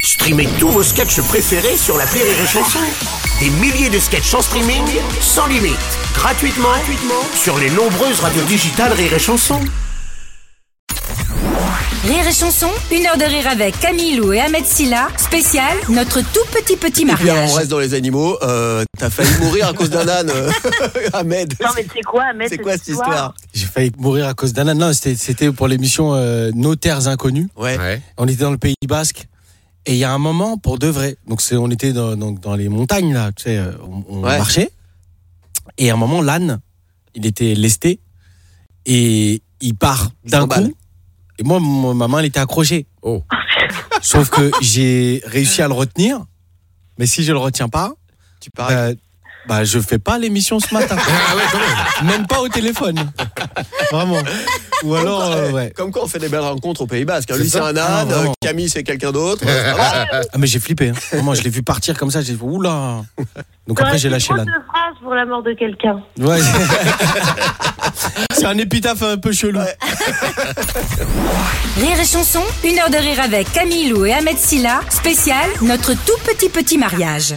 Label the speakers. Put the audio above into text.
Speaker 1: Streamez tous vos sketchs préférés sur la Rire et Chanson. Des milliers de sketchs en streaming, sans limite, gratuitement, gratuitement sur les nombreuses radios digitales Rire et Chanson.
Speaker 2: Rire et chanson, une heure de rire avec Camille Lou et Ahmed Silla, spécial, notre tout petit petit
Speaker 3: Et puis alors,
Speaker 2: mariage.
Speaker 3: on reste dans les animaux. Euh, T'as failli mourir à cause d'un âne, euh, Ahmed.
Speaker 4: Non, mais c'est quoi, Ahmed
Speaker 3: C'est quoi cette histoire
Speaker 5: J'ai failli mourir à cause d'un âne. Non, c'était- C'était pour l'émission euh, Nos terres inconnues.
Speaker 3: Ouais.
Speaker 5: On était dans le Pays Basque. Et il y a un moment, pour de vrai, donc c'est- on était dans, donc dans les montagnes, là, tu sais, euh, on, on
Speaker 3: Ouais.
Speaker 5: marchait. Et à un moment, l'âne, il était lesté. Et il part d'un
Speaker 3: S'emballe.
Speaker 5: coup. Et moi, mon- ma main, elle était accrochée.
Speaker 3: Oh.
Speaker 5: Sauf que j'ai réussi à le retenir. Mais si je le retiens pas,
Speaker 3: Tu parles.
Speaker 5: bah, bah, je fais pas l'émission ce matin. même. pas au téléphone. Vraiment. Ou alors, euh, ouais.
Speaker 3: Comme quoi, on fait des belles rencontres au Pays Basque. hein.
Speaker 6: C'est
Speaker 3: Lui, c'est
Speaker 6: ça.
Speaker 3: un
Speaker 5: Ah,
Speaker 3: âne. euh,
Speaker 5: vraiment.
Speaker 3: Camille, c'est quelqu'un d'autre. euh, c'est pas mal.
Speaker 5: Ah, mais j'ai flippé. hein. Vraiment, je l'ai vu partir comme ça. J'ai fait, oula. Donc
Speaker 4: T'aurais
Speaker 5: après, j'ai
Speaker 4: fait
Speaker 5: lâché
Speaker 4: trop
Speaker 5: l'âne.
Speaker 4: de phrases pour la mort de quelqu'un.
Speaker 5: Ouais. C'est un épitaphe un peu chelou.
Speaker 2: Rire et chanson, une heure de rire avec Camille Lou et Ahmed Silla, spécial, notre tout petit petit mariage.